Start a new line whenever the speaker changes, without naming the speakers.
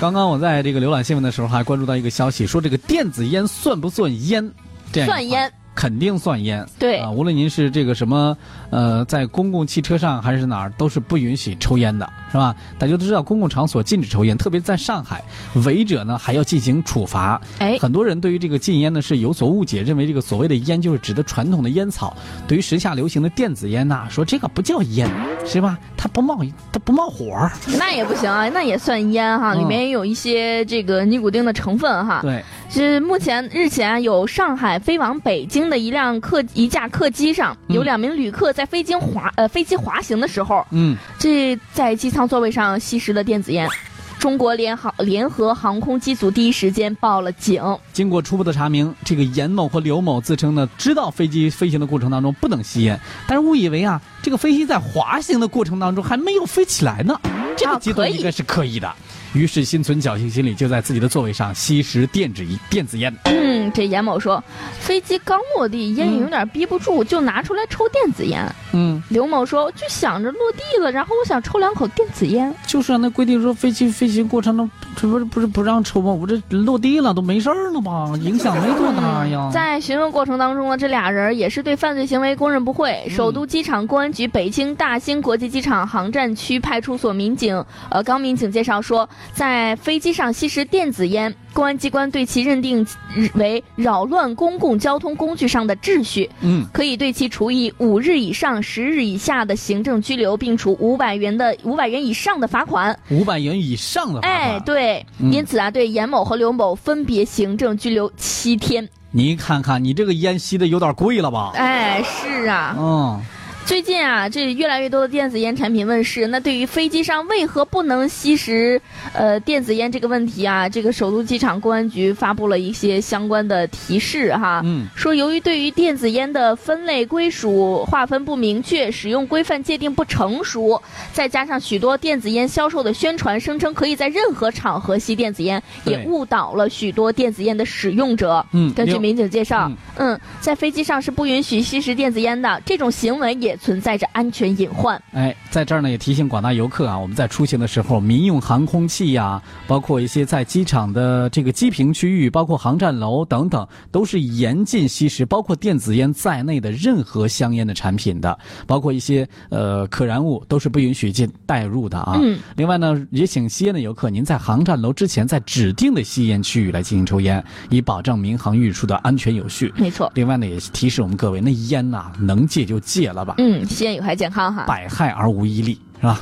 刚刚我在这个浏览新闻的时候，还关注到一个消息，说这个电子烟算不算烟？这样一个话
算烟，
肯定算烟。
对
啊，无论您是这个什么，呃，在公共汽车上还是哪儿，都是不允许抽烟的，是吧？大家都知道，公共场所禁止抽烟，特别在上海，违者呢还要进行处罚。
哎，
很多人对于这个禁烟呢是有所误解，认为这个所谓的烟就是指的传统的烟草。对于时下流行的电子烟呐、说这个不叫烟，是吧？它不冒，它不冒火儿。
那也不行啊，那也算烟哈，
嗯
里面也有一些这个尼古丁的成分哈。
对，
是目前日前啊有上海飞往北京的一辆客一架客机上，
嗯
有两名旅客在飞机滑呃飞机滑行的时候，
嗯，
这在机舱座位上吸食了电子烟。中国联航联合航空机组第一时间报了警。
经过初步的查明，这个严某和刘某自称呢，知道飞机飞行的过程当中不能吸烟，但是误以为啊，这个飞机在滑行的过程当中还没有飞起来呢，这个
啊
极端
可以
应该是刻意的。于是心存侥幸心理，就在自己的座位上吸食电子电子烟。
嗯，这严某说，飞机刚落地，烟瘾有点憋不住，就拿出来抽电子烟。
嗯，
刘某说，就想着落地了，然后我想抽两口电子烟。
就是啊，那规定说飞机飞行过程中，这不是不是不让抽吗？我这落地了都没事儿了吧？影响没多大呀。
在询问过程当中呢，这俩人也是对犯罪行为供认不讳。首都机场公安局北京大兴国际机场航站区派出所民警呃高民警介绍说，在飞机上吸食电子烟，公安机关对其认定为扰乱公共交通工具上的秩序，
嗯，
可以对其处以五日以上十日以下的行政拘留，并处五百元的五百元以上的罚款。
五百元以上的罚款。
哎，对，
嗯
因此啊，对严某和刘某分别行政拘留七天。
你看看，你这个烟吸的有点贵了吧？
哎，是啊，
嗯，
最近啊，这越来越多的电子烟产品问世。那对于飞机上为何不能吸食呃电子烟这个问题啊，这个首都机场公安局发布了一些相关的提示哈。
嗯
说由于对于电子烟的分类归属划分不明确，使用规范界定不成熟，再加上许多电子烟销售的宣传声称可以在任何场合吸电子烟，
对
也误导了许多电子烟的使用者。
嗯
根据
六
民警介绍，嗯，在飞机上是不允许吸食电子烟的，这种行为也存在着安全隐患。
哎，在这儿呢也提醒广大游客啊，我们在出行的时候，民用航空器呀、包括一些在机场的这个机坪区域，包括航站楼等等，都是严禁吸食包括电子烟在内的任何香烟的产品的，包括一些呃可燃物都是不允许进带入的啊。
嗯，
另外呢，也请吸烟的游客，您在航站楼之前，在指定的吸烟区域来进行抽烟，以保证民航运输的安全有序。
没错，
另外呢，也提示我们各位，那烟呐、能戒就戒了吧，
嗯，吸烟有害健康哈。
百害而无一利，是吧？